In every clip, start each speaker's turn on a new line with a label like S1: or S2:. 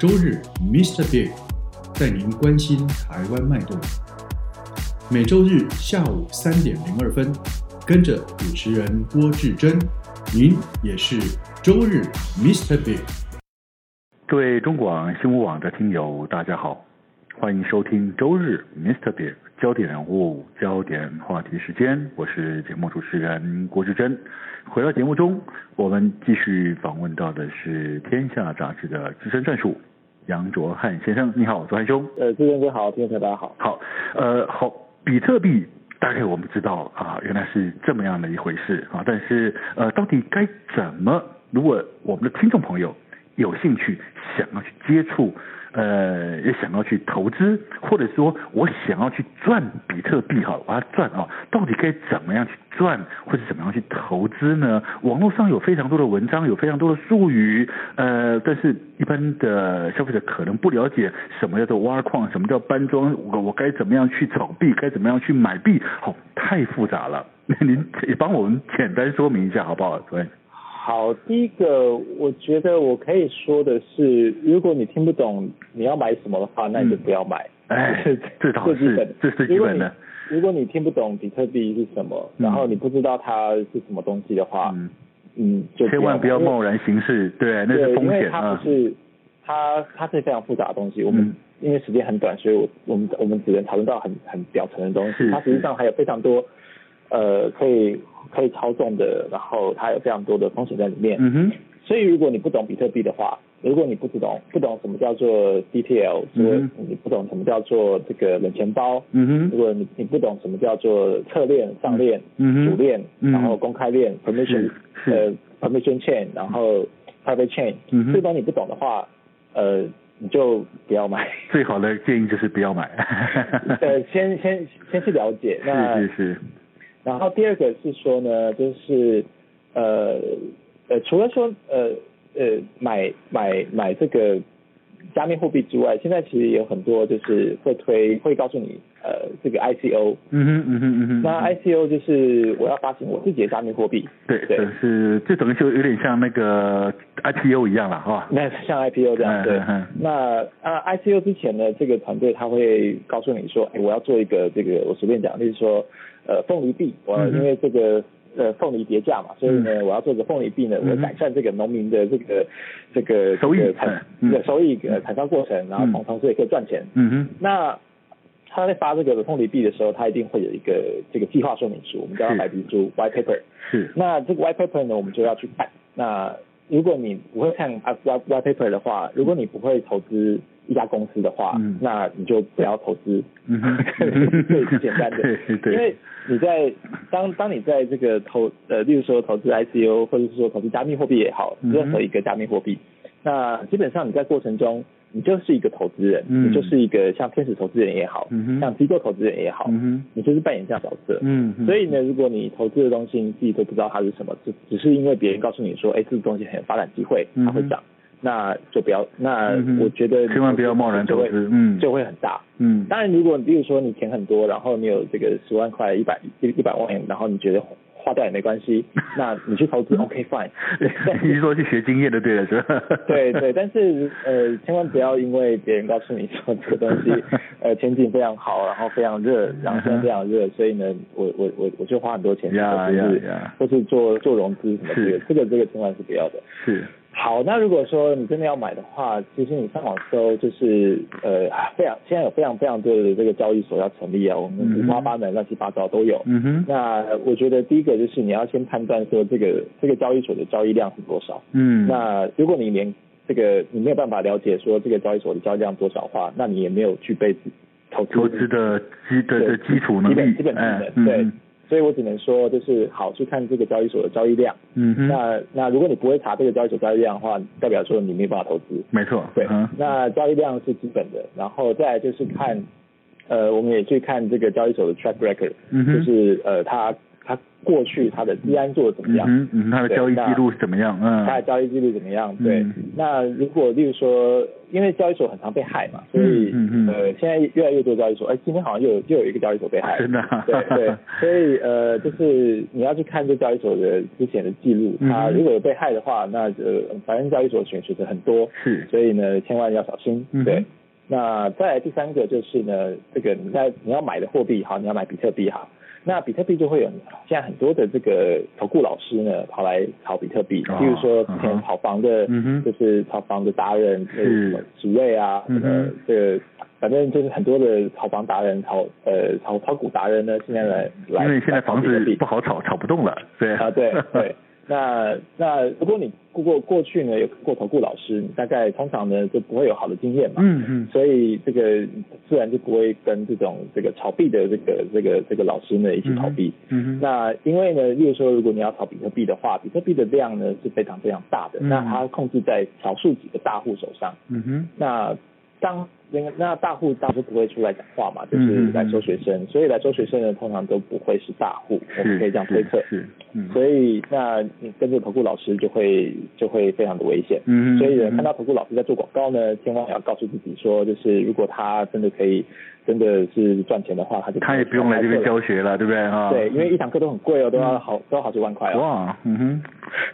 S1: 周日，Mr. Big 带您关心台湾脉动。每周日下午三点零二分，跟着主持人郭志珍，您也是周日 Mr. Big。
S2: 各位中广新闻网的听友，大家好，欢迎收听周日 Mr. Big 焦点人物、焦点话题时间，我是节目主持人郭志珍。回到节目中，我们继续访问到的是《天下》杂志的资深撰述杨卓汉先生，你好，卓汉兄。
S3: 呃，志源哥好，听众朋友大家好。
S2: 好，呃，好，比特币大概我们知道啊，原来是这么样的一回事啊，但是呃，到底该怎么？如果我们的听众朋友有兴趣，想要去接触，呃，也想要去投资，或者说我想要去赚比特币哈，我要赚啊，到底该怎么样去赚，或者怎么样去投资呢？网络上有非常多的文章，有非常多的术语，呃，但是一般的消费者可能不了解什么叫做挖矿，什么叫搬砖，我我该怎么样去炒币，该怎么样去买币，好、太复杂了。 那您也帮我们简单说明一下好不好？对，
S3: 好，第一个，我觉得我可以说的是，如果你听不懂你要买什么的话，那你就不要买。
S2: 哎这倒
S3: 最基
S2: 是
S3: 本的，
S2: 这是最基本的。
S3: 如果你。如果你听不懂比特币是什么，
S2: 嗯
S3: 然后你不知道它是什么东西的话，
S2: 嗯，
S3: 嗯，就
S2: 千万不要
S3: 买
S2: 贸然行事，对，那
S3: 因为
S2: 是风
S3: 对，因为
S2: 险
S3: 它
S2: 啊
S3: 不。是它它是非常复杂的东西。我们、
S2: 嗯
S3: 因为时间很短，所以我我们我们只能讨论到很很表层的东
S2: 是
S3: 西。它实际上还有非常多呃可以可以操纵的，然后它有非常多的风险在里面。
S2: 嗯哼，
S3: 所以如果你不懂比特币的话，如果你不懂不懂什么叫做 DTL，
S2: 嗯
S3: 如果你不懂什么叫做这个冷钱包，
S2: 嗯
S3: 如
S2: 哼，
S3: 果你你不懂什么叫做侧链、上链、
S2: 嗯哼
S3: 主链，
S2: 嗯
S3: 然后公开链、permission
S2: 是
S3: 呃 permission chain，然后 private chain，、
S2: 嗯哼
S3: 这帮你不懂的话，呃，你就不要买。
S2: 最好的建议就是不要买。
S3: 呃，先先先去了解。那
S2: 是是是，
S3: 然后第二个是说呢，就是呃呃，除了说呃呃买买买这个加密货币之外，现在其实有很多就是会推会告诉你呃这个 ICO，、
S2: 嗯哼嗯哼嗯哼。
S3: 那 ICO 就是我要发行我自己的加密货币，
S2: 对，
S3: 对
S2: 等是这等于就有点像那个 IPO 一样了，哈。
S3: 那像 IPO 这样
S2: 嗯
S3: 对
S2: 嗯嗯。
S3: 那呃 ICO 之前呢，这个团队他会告诉你说，哎，我要做一个这个，我随便讲，例如说呃凤梨币，我
S2: 嗯哼
S3: 因为这个。呃，凤梨叠价嘛，所以呢，我要做一个凤梨币呢，
S2: 嗯
S3: 我
S2: 哼
S3: 改善这个农民的这个这个
S2: 收益
S3: 这个产
S2: 嗯
S3: 这个收益呃产销过程，然后
S2: 嗯
S3: 同同时也可以赚钱。
S2: 嗯哼，
S3: 那他在发这个凤梨币的时候，他一定会有一个这个计划说明书，我们叫它
S2: 是
S3: 白皮书 （white paper）。
S2: 是，
S3: 那这个 white paper 呢，我们就要去看。那如果你不会看啊 white white paper 的话，如果你不会投资一家公司的话，
S2: 嗯
S3: 那你就不要投 资。
S2: 嗯 哼
S3: 最简单的，
S2: 对对
S3: 因为你在当当你在这个投呃，例如说投资 ICO 或者是说投资加密货币也好，
S2: 嗯哼
S3: 任何一个加密货币，那基本上你在过程中。你就是一个投资人，
S2: 嗯
S3: 你就是一个像天使投资人也好，
S2: 嗯哼
S3: 像机构投资人也好，
S2: 嗯哼，
S3: 你就是扮演这样的角色。
S2: 嗯哼，
S3: 所以呢，如果你投资的东西你自己都不知道它是什么，只只是因为别人告诉你说，哎，这个东西很有发展机会，它会涨，那就不要。那
S2: 嗯嗯哼
S3: 我觉得
S2: 千万不要贸然
S3: 就会
S2: 投资嗯
S3: 就会很大。
S2: 嗯，
S3: 当然，如果你比如说你钱很多，然后你有这个十万块、一百一一百万元，然后你觉得花掉也没关 系，那你去投资，OK fine 对。但
S2: 你
S3: 是
S2: 是说去学经验的，对了，是吧？
S3: 对对，但是呃，千万不要因为别人告诉你说这个 东西呃前景非常好，然后非常热，然后现在非常热，所以呢，我我我我就花很多钱，
S2: 呀
S3: 或者
S2: 呀
S3: 是
S2: 呀
S3: 或是做做融资什么之类的，
S2: 是
S3: 这个这个千万是不要的。
S2: 是，
S3: 好，那如果说你真的要买的话，其实你上网搜就是呃非常现在有非常非常多的这个交易所要成立啊，我们
S2: 嗯哼
S3: 五花八门、乱七八糟都有。
S2: 嗯哼，
S3: 那我觉得第一个就是你要先判断说这个这个交易所的交易量是多少。
S2: 嗯，
S3: 那如果你连这个你没有办法了解说这个交易所的交易量多少的话，那你也没有具备投资
S2: 投资的基的的基础能力
S3: 基本基，本技
S2: 哎
S3: 能、对。所以我只能说就是好去看这个交易所的交易量。
S2: 嗯哼，
S3: 那那如果你不会查这个交易所交易量的话，代表说你没办法投资。
S2: 没错，
S3: 对，
S2: 嗯
S3: 那交易量是基本的，然后再来就是看，呃，我们也去看这个交易所的 track record，、
S2: 嗯哼
S3: 就是呃，它它过去它的治安做的怎么
S2: 嗯
S3: 样，
S2: 哼，嗯它的
S3: 对
S2: 交易
S3: 那
S2: 记录是怎么样？
S3: 它的
S2: 嗯，
S3: 交易记录怎么样？对，
S2: 嗯
S3: 那如果例如说，因为交易所很常被害嘛，所以、
S2: 嗯嗯嗯
S3: 呃，现在越来越多交易所，哎、今天好像又有又有一个交易所被害了，
S2: 真的啊
S3: 对对，所以呃，就是你要去看这交易所的之前的记录，
S2: 嗯
S3: 它如果有被害的话，那呃，反正交易所选选择很多，
S2: 是，
S3: 所以呢，千万要小心
S2: 嗯哼。
S3: 对，那再来第三个就是呢，这个你在你要买的货币好，你要买比特币哈，那比特币就会有现在很多的这个投顾老师呢跑来炒比特币，
S2: 哦
S3: 比如说之
S2: 嗯
S3: 前
S2: 哼
S3: 炒房的，
S2: 嗯哼
S3: 就是炒房的达人，
S2: 是
S3: 呃什么职位啊，
S2: 嗯哼
S3: 呃，这个反正就是很多的炒房达人、炒呃炒炒股达人呢，现在来来
S2: 因为现在房
S3: 来炒比特
S2: 子
S3: 币
S2: 不好炒，炒不动了，对
S3: 啊，对对。那那如果你过过去呢有过投顾老师，你大概通常呢就不会有好的经验嘛，
S2: 嗯嗯，
S3: 所以这个自然就不会跟这种这个炒币的这个这个这个老师呢一起炒币。
S2: 嗯哼，
S3: 那因为呢，例如说，如果你要炒比特币的话，比特币的量呢是非常非常大的，
S2: 嗯
S3: 那它控制在少数几个大户手上。
S2: 嗯哼，
S3: 那当那个那大户大多不会出来讲话嘛，
S2: 嗯
S3: 就是来收学生，所以来收学生的通常都不会是大户，我们
S2: 是
S3: 可以这样推测
S2: 是。是，嗯
S3: 所以那你跟着投顾老师就会就会非常的危险。
S2: 嗯哼，
S3: 所以呢
S2: 嗯哼
S3: 看到投顾老师在做广告呢，千万要告诉自己说，就是如果他真的可以，真的是赚钱的话，他就
S2: 他也不用来这边教学了，对不对啊？嗯
S3: 对，因为一堂课都很贵哦，都要好都要好几万块哦。
S2: 哇，嗯哼，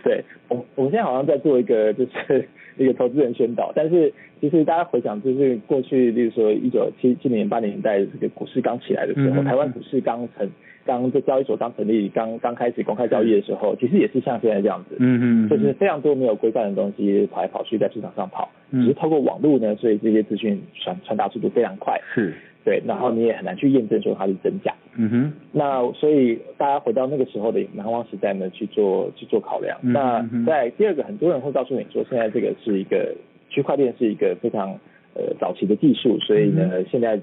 S3: 对，我我们现在好像在做一个就是 一个投资人宣导，但是其实大家回想，就是过去，例如说一九七七年八零年代这个股市刚起来的时候，
S2: 嗯嗯嗯
S3: 台湾股市刚成刚这交易所刚成立，刚刚开始公开交易的时候，其实也是像现在这样子，
S2: 嗯哼，
S3: 就是非常多没有规范的东西跑来跑去在市场上跑，
S2: 嗯
S3: 只是透过网络呢，所以这些资讯传传达速度非常快，
S2: 是，
S3: 对，然后你也很难去验证说它是真假。
S2: 嗯哼，
S3: 那所以大家回到那个时候的南方时代呢去做去做考量。
S2: 嗯
S3: 那
S2: 嗯嗯
S3: 在第二个，很多人会告诉你说，现在这个是一个区块链是一个非常呃早期的技术，所以
S2: 嗯
S3: 呢，现在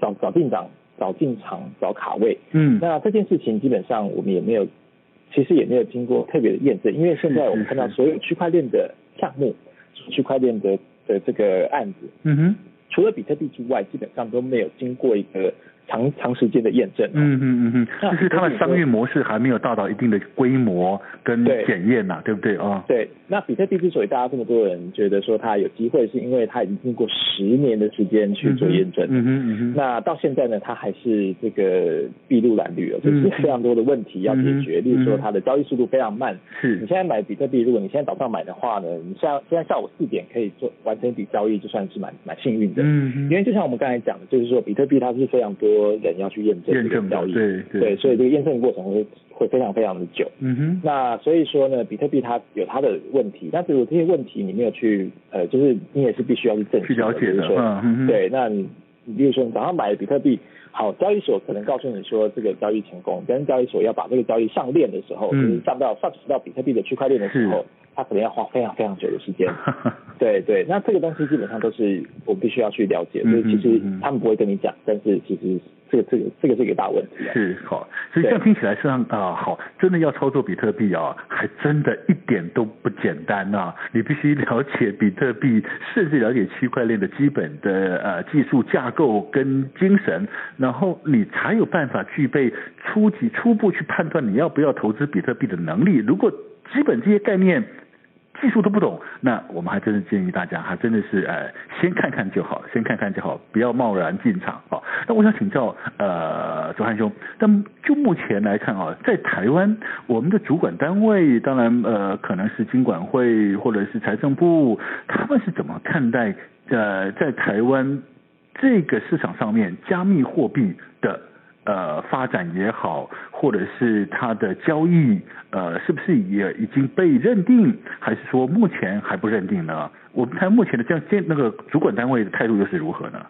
S3: 早早进场、早进场、早卡位。
S2: 嗯，
S3: 那这件事情基本上我们也没有，其实也没有经过特别的验证，因为现在我们看到所有区块链的项目、区块链的的这个案子，
S2: 嗯哼，
S3: 除了比特币之外，基本上都没有经过一个长长时间的验证。哦
S2: 嗯哼嗯哼，
S3: 那
S2: 就是它的商业模式还没有达到一定的规模跟
S3: 对
S2: 检验呐，对不对啊？
S3: 对，那比特币之所以大家这么多人觉得说它有机会，是因为它已经经过十年的时间去做验证。
S2: 嗯哼嗯哼，
S3: 那到现在呢，它还是这个筚路蓝缕了，就是
S2: 嗯
S3: 非常多的问题要解决。
S2: 嗯
S3: 例如说，它的交易速度非常慢。你
S2: 是，
S3: 现在买比特币，如果你现在早上买的话呢，你下现在下午四点可以做完成一笔交易，就算是蛮蛮幸运的。
S2: 嗯哼
S3: 因为就像我们刚才讲的，就是说比特币它是非常多人要去验证
S2: 验
S3: 这
S2: 证的
S3: 个交，易，
S2: 对
S3: 对，，所以这个验证过程会会非常非常的久。
S2: 嗯哼，
S3: 那所以说呢，比特币它有它的问题，但是如果这些问题你没有去，呃，就是你也是必须要去正视
S2: 去了解
S3: 比
S2: 的
S3: 如说，
S2: 嗯哼
S3: 对，那你比如说你早上买了比特币，好，交易所可能告诉你说这个交易成功，但是交易所要把这个交易上链的时候，
S2: 嗯
S3: 就是上到上传到比特币的区块链的时
S2: 是
S3: 候，它可能要花非常非常久的时间。对对，那这个东西基本上都是我必须要去了解，
S2: 嗯
S3: 就是其实
S2: 嗯嗯嗯
S3: 他们不会跟你讲，但是其实这个这个这个是一个大问题啊。
S2: 是好，所以这样听起来，实际上啊、好，真的要操作比特币啊，还真的一点都不简单呐、你必须了解比特币，甚至了解区块链的基本的呃技术架构跟精神，然后你才有办法具备初级初步去判断你要不要投资比特币的能力。如果基本这些概念技术都不懂，那我们还真是建议大家，还真的是呃，先看看就好，先看看就好，不要贸然进场啊、哦那我想请教呃，卓汉兄，但就目前来看啊、在台湾，我们的主管单位当然呃，可能是经管会或者是财政部，他们是怎么看待呃，在台湾这个市场上面加密货币的呃发展也好，或者是它的交易呃是不是也已经被认定，还是说目前还不认定呢？我们看目前的这样现那个主管单位的态度又是如何呢？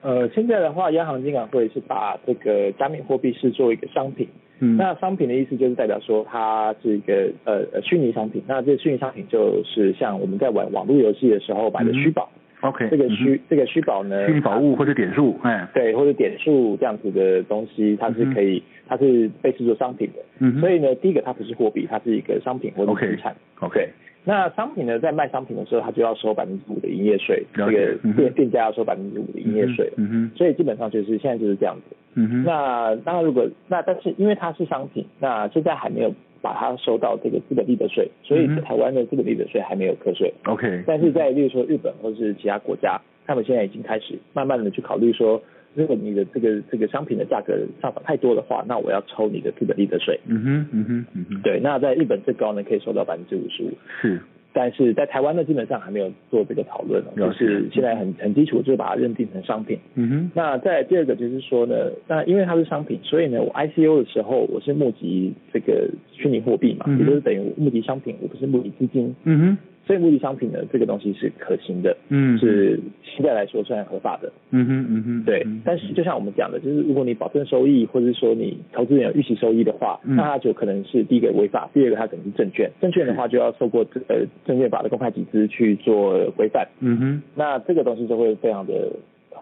S3: 呃，现在的话，央行监管会是把这个加密货币视作一个商品。
S2: 嗯，
S3: 那商品的意思就是代表说它是一个呃呃虚拟商品。那这虚拟商品就是像我们在玩网络游戏的时候买的虚宝。
S2: OK，
S3: 这个
S2: 嗯哼
S3: 虚、呃这个虚宝呢，
S2: 虚拟宝物或者点数，哎，
S3: 对，或者点数这样子的东西，它是可以，它是被视作商品的。
S2: 嗯哼
S3: 所以呢，第一个它不是货币，它是一个商品或者资产。
S2: OK，OK
S3: 对。那商品呢，在卖商品的时候，它就要收百分之五的营业税，这
S2: 了解
S3: 个
S2: 嗯哼
S3: 店店家要收百分之五的营业税了。
S2: 嗯哼，
S3: 所以基本上就是现在就是这样子。
S2: 嗯哼，
S3: 那那如果那但是因为它是商品，那现在还没有把它收到这个资本利得税，所以
S2: 嗯哼嗯
S3: 台湾的资本利得税还没有课税。
S2: OK，
S3: 但是在例如说日本或是其他国家，他们现在已经开始慢慢的去考虑说，如果你的这个这个商品的价格上涨太多的话，那我要抽你的资本利得税。
S2: 嗯哼，嗯哼，嗯哼，
S3: 对，那在日本最高呢可以收到百分之五十五，
S2: 是
S3: 但是在台湾呢基本上还没有做这个讨论哦，
S2: 了
S3: 就
S2: 解
S3: 是现在很很基础，就是把它认定成商品。
S2: 嗯哼，
S3: 那再来第二个就是说呢，那因为它是商品，所以呢，我 ICO 的时候我是募集这个虚拟货币嘛，
S2: 嗯哼
S3: 也就是等于我募集商品，我不是募集资金，
S2: 嗯哼，
S3: 所以募集商品呢这个东西是可行的，
S2: 嗯，，
S3: 是现在来说算合法的，
S2: 嗯哼，嗯哼，
S3: 对。
S2: 嗯
S3: 但是就像我们讲的，就是如果你保证收益，或者是说你投资人有预期收益的话，
S2: 嗯
S3: 那它就可能是第一个违法，第二个它可能是证券，证券的话就要透过这呃证券法的公开集资去做规范，
S2: 嗯哼，
S3: 那这个东西就会非常的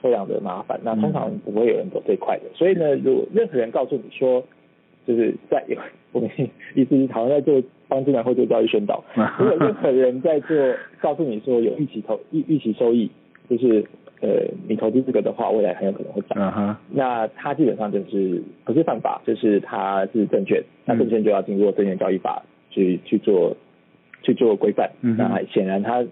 S3: 非常的麻烦。那通常不会有人走最快的，所以呢，如果任何人告诉你说，就是在我们一直好像在做帮智南会做教育宣导，如果任何人在做告诉你说有预期投预预期收益，就是呃你投资这个的话，未来很有可能会涨。
S2: 嗯哼，
S3: 那它基本上就是不是犯法，就是它是证券，那证券就要经过证券交易法去去做去做规范。
S2: 嗯哼
S3: 那显然它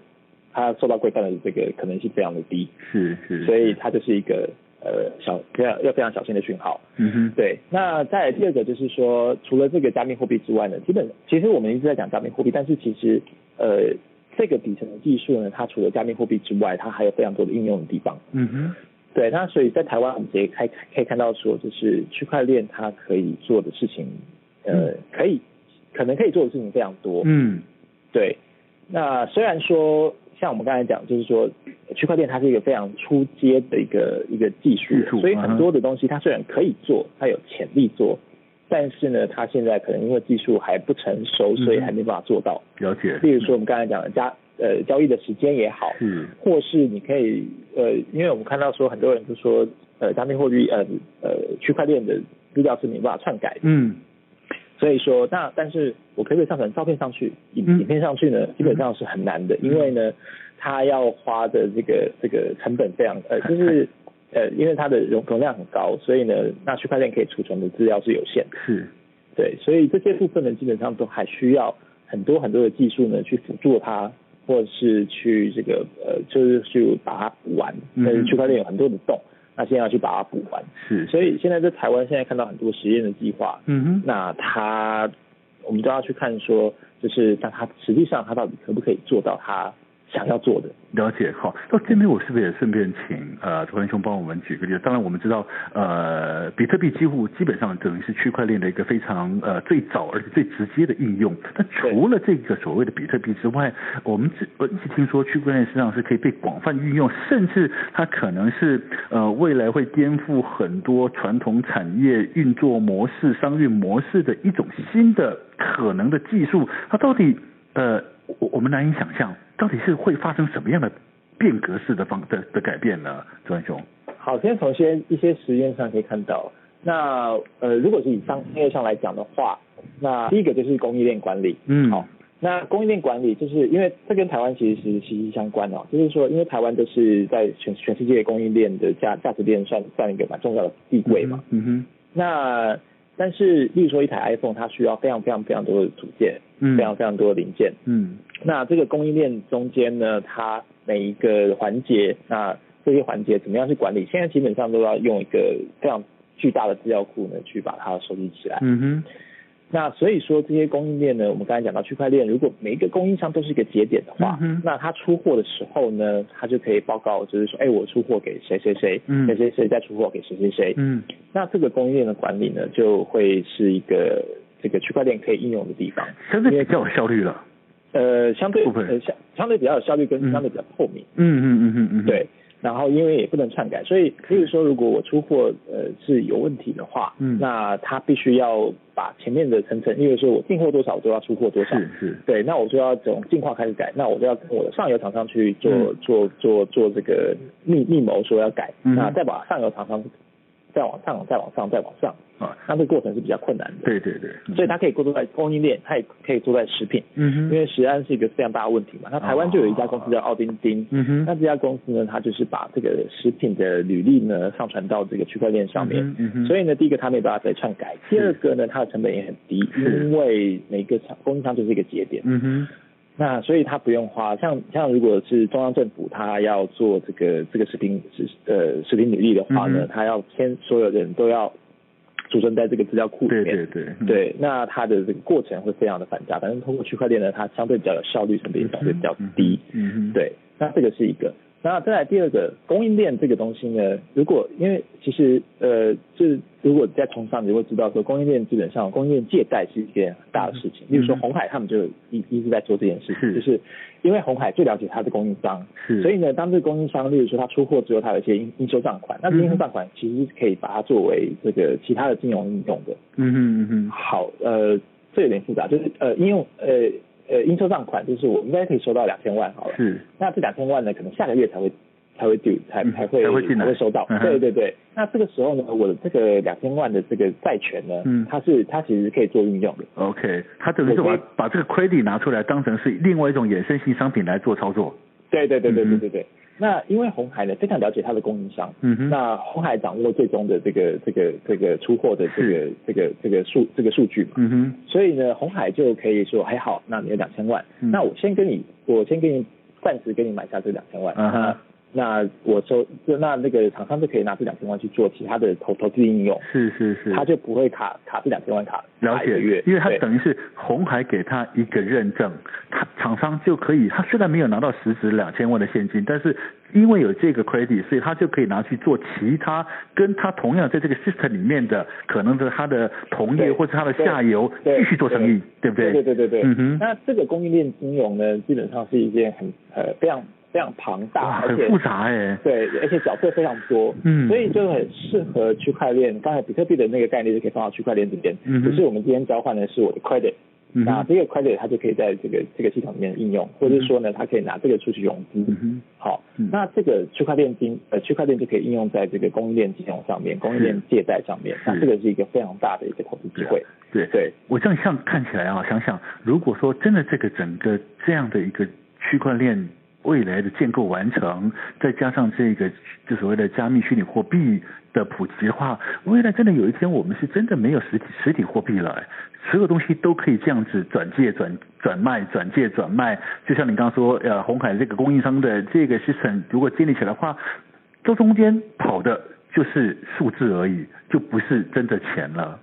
S3: 它受到规范的这个可能性非常的低，
S2: 是是，
S3: 所以它就是一个呃小要要非常小心的讯号。
S2: 嗯哼，
S3: 对，那再来第二个就是说，除了这个加密货币之外呢，基本其实我们一直在讲加密货币，但是其实呃这个底层的技术呢，它除了加密货币之外，它还有非常多的应用的地方。
S2: 嗯哼，
S3: 对，那所以在台湾，我们也可以可以看到说，就是区块链它可以做的事情，呃，可以可能可以做的事情非常多。
S2: 嗯，
S3: 对，那虽然说像我们刚才讲，就是说区块链它是一个非常初阶的一个一个技术
S2: 技术，
S3: 所以
S2: 嗯
S3: 很
S2: 哼
S3: 多的东西它虽然可以做，它有潜力做，但是呢，它现在可能因为技术还不成熟，
S2: 嗯
S3: 所以还没办法做到。
S2: 了解，
S3: 例如说我们刚才讲的加呃交易的时间也好，
S2: 是，
S3: 或是你可以呃，因为我们看到说很多人就说呃，加密货币呃呃区块链的资料是没办法篡改的，
S2: 嗯，
S3: 所以说那但是我可不可以上传照片上去、影
S2: 嗯
S3: 影片上去呢？基本上是很难的，因为呢，它要花的这个这个成本非常呃， 就是呃，因为它的容容量很高，所以呢，那区块链可以储存的资料是有限的。
S2: 是，
S3: 对，所以这些部分呢，基本上都还需要很多很多的技术呢去辅助它，或者是去这个呃，就是去把它补完。
S2: 嗯
S3: 但是区块链有很多的洞，那现在要去把它补完。
S2: 是，
S3: 所以现在在台湾现在看到很多实验的计划，
S2: 嗯哼，
S3: 那它我们都要去看说，就是但它实际上它到底可不可以做到它想要做的？
S2: 了解，好，那这边我是不是也顺便请呃卓文兄帮我们举个例子？当然我们知道，呃，比特币几乎基本上等于是区块链的一个非常呃最早而且最直接的应用。但除了这个所谓的比特币之外，我们只呃我一直听说区块链实际上是可以被广泛运用，甚至它可能是呃未来会颠覆很多传统产业运作模式、商运模式的一种新的可能的技术。它到底呃，我我们难以想象，到底是会发生什么样的变革式的方的的改变呢？周文雄，
S3: 好，先从一些一些实验上可以看到，那呃，如果是以商业上来讲的话，那第一个就是供应链管理。
S2: 嗯
S3: 好，那供应链管理就是因为这跟台湾其实是息息相关哦，就是说，因为台湾就是在全全世界供应链的价价值链算占一个蛮重要的地位嘛。，
S2: 嗯哼，
S3: 那但是，例如说一台 iPhone，它需要非常非常非常多的组件，
S2: 嗯
S3: 非常非常多的零件。
S2: 嗯
S3: 那这个供应链中间呢，它每一个环节，那这些环节怎么样去管理？现在基本上都要用一个非常巨大的资料库呢，去把它收集起来。
S2: 嗯哼，
S3: 那所以说这些供应链呢，我们刚才讲到区块链，如果每一个供应商都是一个节点的话，
S2: 嗯哼
S3: 那它出货的时候呢，它就可以报告，就是说，哎，我出货给谁谁谁，
S2: 嗯
S3: 谁谁谁再出货给谁谁谁。
S2: 嗯
S3: 那这个供应链的管理呢，就会是一个这个区块链可以应用的地方。
S2: 相对比较有效率了。
S3: 呃，相对
S2: 部分
S3: 呃相相对比较有效率，跟
S2: 嗯
S3: 相对比较透明。
S2: 嗯嗯嗯嗯嗯，
S3: 对，然后因为也不能篡改，所以例如说，如果我出货呃是有问题的话，
S2: 嗯
S3: 那他必须要把前面的层层，例如说我进货多少，我就要出货多少，
S2: 是是，
S3: 对，那我就要从进化开始改，那我就要跟我的上游厂商去做、
S2: 嗯
S3: 做做做这个密密谋，说要改，
S2: 嗯哼
S3: 那再把上游厂商再往上再往上再往上，
S2: 啊，
S3: 那这个过程是比较困难的。
S2: 对对对，嗯
S3: 所以它可以做在供应链，它也可以做在食品，
S2: 嗯哼，
S3: 因为食安是一个非常大的问题嘛。那台湾就有一家公司叫奥丁丁，
S2: 嗯哼，
S3: 那这家公司呢，它就是把这个食品的履历呢上传到这个区块链上面，
S2: 嗯哼嗯哼
S3: 所以呢，第一个它没有办法再篡改，第二个呢，它的成本也很低，
S2: 是
S3: 因为每个厂供应商就是一个节点，
S2: 嗯哼，
S3: 那所以它不用花，像像如果是中央政府它要做这个这个食品食呃食品履历的话呢，
S2: 嗯哼
S3: 它要先所有人都要储存在这个资料库里
S2: 对
S3: 面，
S2: 对对，嗯
S3: 对，那它的这个过程会非常的繁杂，但是通过区块链呢，它相对比较有效率，成本也相对比较低。
S2: 嗯哼，
S3: 对，那这个是一个。那再来第二个，供应链这个东西呢，如果因为其实呃，就是如果在从上你会知道说，供应链基本上供应链借贷是一件很大的事情。例如说
S2: 嗯
S3: 红海他们就一一直在做这件事情，
S2: 是
S3: 就是因为红海最了解它的供应商，
S2: 是，
S3: 所以呢，当这个供应商，例如说他出货之后，他有一些应应收账款，那这个
S2: 嗯
S3: 应收账款其实是可以把它作为这个其他的金融应用的。
S2: 嗯哼嗯哼，
S3: 好，呃，这有点复杂，就是呃，应用呃呃应收账款，就是我应该可以收到两千万好了。
S2: 是，
S3: 那这两千万呢，可能下个月才会才会 due 才
S2: 嗯
S3: 才会
S2: 才会进来
S3: 收到
S2: 嗯。哼
S3: 对对对。那这个时候呢，我的这个两千万的这个债权呢，
S2: 嗯
S3: 它是它其实可以做运用的。
S2: OK，他等于是
S3: 我
S2: 把
S3: 可以
S2: 把这个 credit 拿出来当成是另外一种衍生性商品来做操作。
S3: 对对对对
S2: 嗯
S3: 对
S2: 哼
S3: 对对。那因为红海呢非常了解它的供应商，
S2: 嗯哼，
S3: 那红海掌握最终的这个这个这个出货的这个这个这个数这个数据嘛，
S2: 嗯哼，
S3: 所以呢，红海就可以说，还好，那你有两千万，
S2: 嗯
S3: 那我先跟你，我先跟你暂时跟你买下这两千万，
S2: 嗯哼
S3: 那那我收，就那那个厂商就可以拿这两千万去做其他的投投资应用，
S2: 是是是，
S3: 他就不会卡卡这两千万卡
S2: 了
S3: 卡一个
S2: 解
S3: 月，，
S2: 因为他
S3: 对
S2: 等于是红海给他一个认证，他厂商就可以，他虽然没有拿到实质两千万的现金，但是因为有这个 credit，所以他就可以拿去做其他跟他同样在这个 system 里面的，可能是他的同业
S3: 对
S2: 或者他的
S3: 对
S2: 下游
S3: 对
S2: 继续做生意，对不对？
S3: 对对对对。
S2: 嗯哼
S3: 那这个供应链金融呢，基本上是一件很呃非常非常庞
S2: 哇，
S3: 大，而
S2: 很
S3: 且
S2: 复杂哎，
S3: 对，而且角色非常多，
S2: 嗯
S3: 所以就很适合区块链。刚才比特币的那个概念就可以放到区块链这边，
S2: 嗯哼
S3: 只是我们今天交换的是我的 credit，、
S2: 嗯哼
S3: 那这个 credit 它就可以在这个这个系统里面应用，或者说呢，它可以拿这个出去融资。
S2: 嗯哼，
S3: 好
S2: 嗯，
S3: 那这个区块链金呃区块链就可以应用在这个供应链金融上面、供应链借贷上面，那这个是一个非常大的一个投资机会。
S2: 对
S3: 对，
S2: 我这样像看起来啊，想想如果说真的这个整个这样的一个区块链未来的建构完成，再加上这个就所谓的加密虚拟货币的普及化，未来真的有一天我们是真的没有实体实体货币了，哎所有东西都可以这样子转借、转转卖、转借、转卖。就像你刚刚说，呃，红海这个供应商的这个 system 如果建立起来的话，这中间跑的就是数字而已，就不是真的钱了。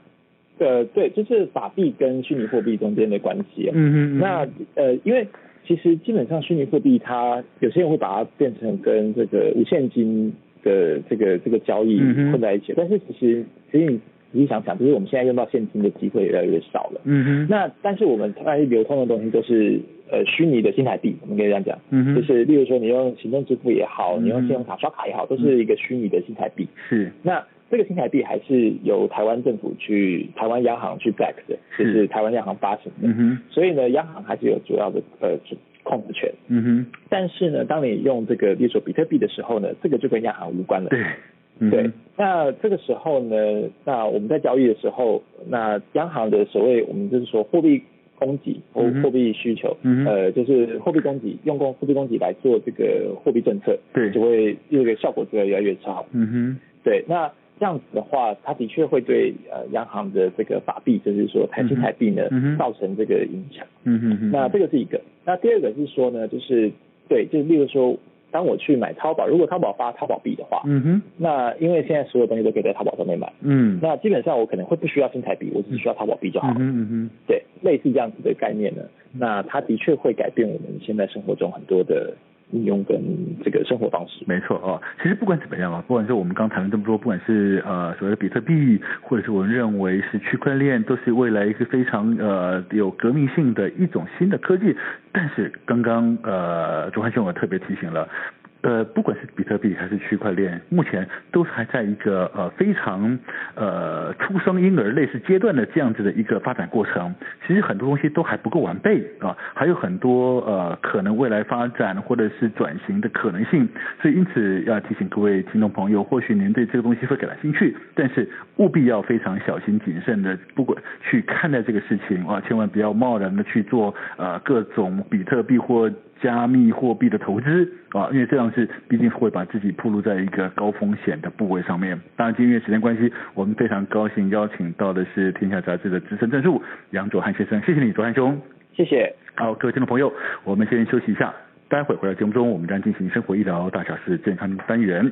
S3: 呃，对，就是法币跟虚拟货币中间的关系啊。
S2: 嗯
S3: 那呃，因为其实基本上虚拟货币它有些人会把它变成跟这个无现金的这个这个交易
S2: 嗯哼
S3: 混在一起，但是其实其实你仔细想想，就是我们现在用到现金的机会越来越少了。
S2: 嗯哼，
S3: 那但是我们大概流通的东西都是呃虚拟的新台币，我们可以这样讲，
S2: 嗯哼
S3: 就是例如说你用行动支付也好，你用
S2: 嗯哼嗯
S3: 信用卡刷卡也好，都是一个虚拟的新台币。
S2: 是，
S3: 那这个新台币还是由台湾政府去台湾央行去 back 的，就是是台湾央行发行的。
S2: 嗯哼，
S3: 所以呢，央行还是有主要的呃主控制权。
S2: 嗯哼，
S3: 但是呢，当你用这个，比如说比特币的时候呢，这个就跟央行无关了。
S2: 对，嗯哼
S3: 对，那这个时候呢，那我们在交易的时候，那央行的所谓我们就是说货币供给或
S2: 嗯哼
S3: 货币需求，
S2: 嗯哼
S3: 呃，就是货币供给用供货币供给来做这个货币政策，
S2: 对
S3: 就会这个效果就会越来越差。
S2: 嗯
S3: 对，那这样子的话，它的确会对呃央行的这个法币，就是说台新台币呢，
S2: 嗯哼
S3: 造成这个影响。
S2: 哼，嗯哼哼，
S3: 那这个是一个。那第二个是说呢，就是对，就是例如说，当我去买淘宝，如果淘宝发淘宝币的话，
S2: 嗯哼，
S3: 那因为现在所有东西都可以在淘宝上面买，
S2: 嗯，
S3: 那基本上我可能会不需要新台币，我只需要淘宝币就
S2: 嗯
S3: 好了。
S2: 哼嗯哼，
S3: 对，类似这样子的概念呢，那它的确会改变我们现在生活中很多的应用跟这个生活方式。
S2: 没错哦。其实不管怎么样啊，不管是我们刚谈了这么多，不管是呃所谓的比特币，或者是我们认为是区块链，都是未来一个非常呃有革命性的一种新的科技。但是刚刚呃周汉兄也特别提醒了。呃，不管是比特币还是区块链，目前都是还在一个呃非常呃出生婴儿类似阶段的这样子的一个发展过程。其实很多东西都还不够完备啊，还有很多呃可能未来发展或者是转型的可能性。所以因此要提醒各位听众朋友，或许您对这个东西会感到兴趣，但是务必要非常小心谨慎的，不管去看待这个事情啊，千万不要贸然的去做呃各种比特币或加密货币的投资啊，因为这样是毕竟会把自己暴露在一个高风险的部位上面。当然，因为时间关系，我们非常高兴邀请到的是《天下》杂志的资深撰述杨佐汉先生，谢谢你，佐汉兄。
S3: 谢谢，
S2: 好，各位听众朋友，我们先休息一下，待会儿回到节目中，我们将进行生活医疗大小事健康单元。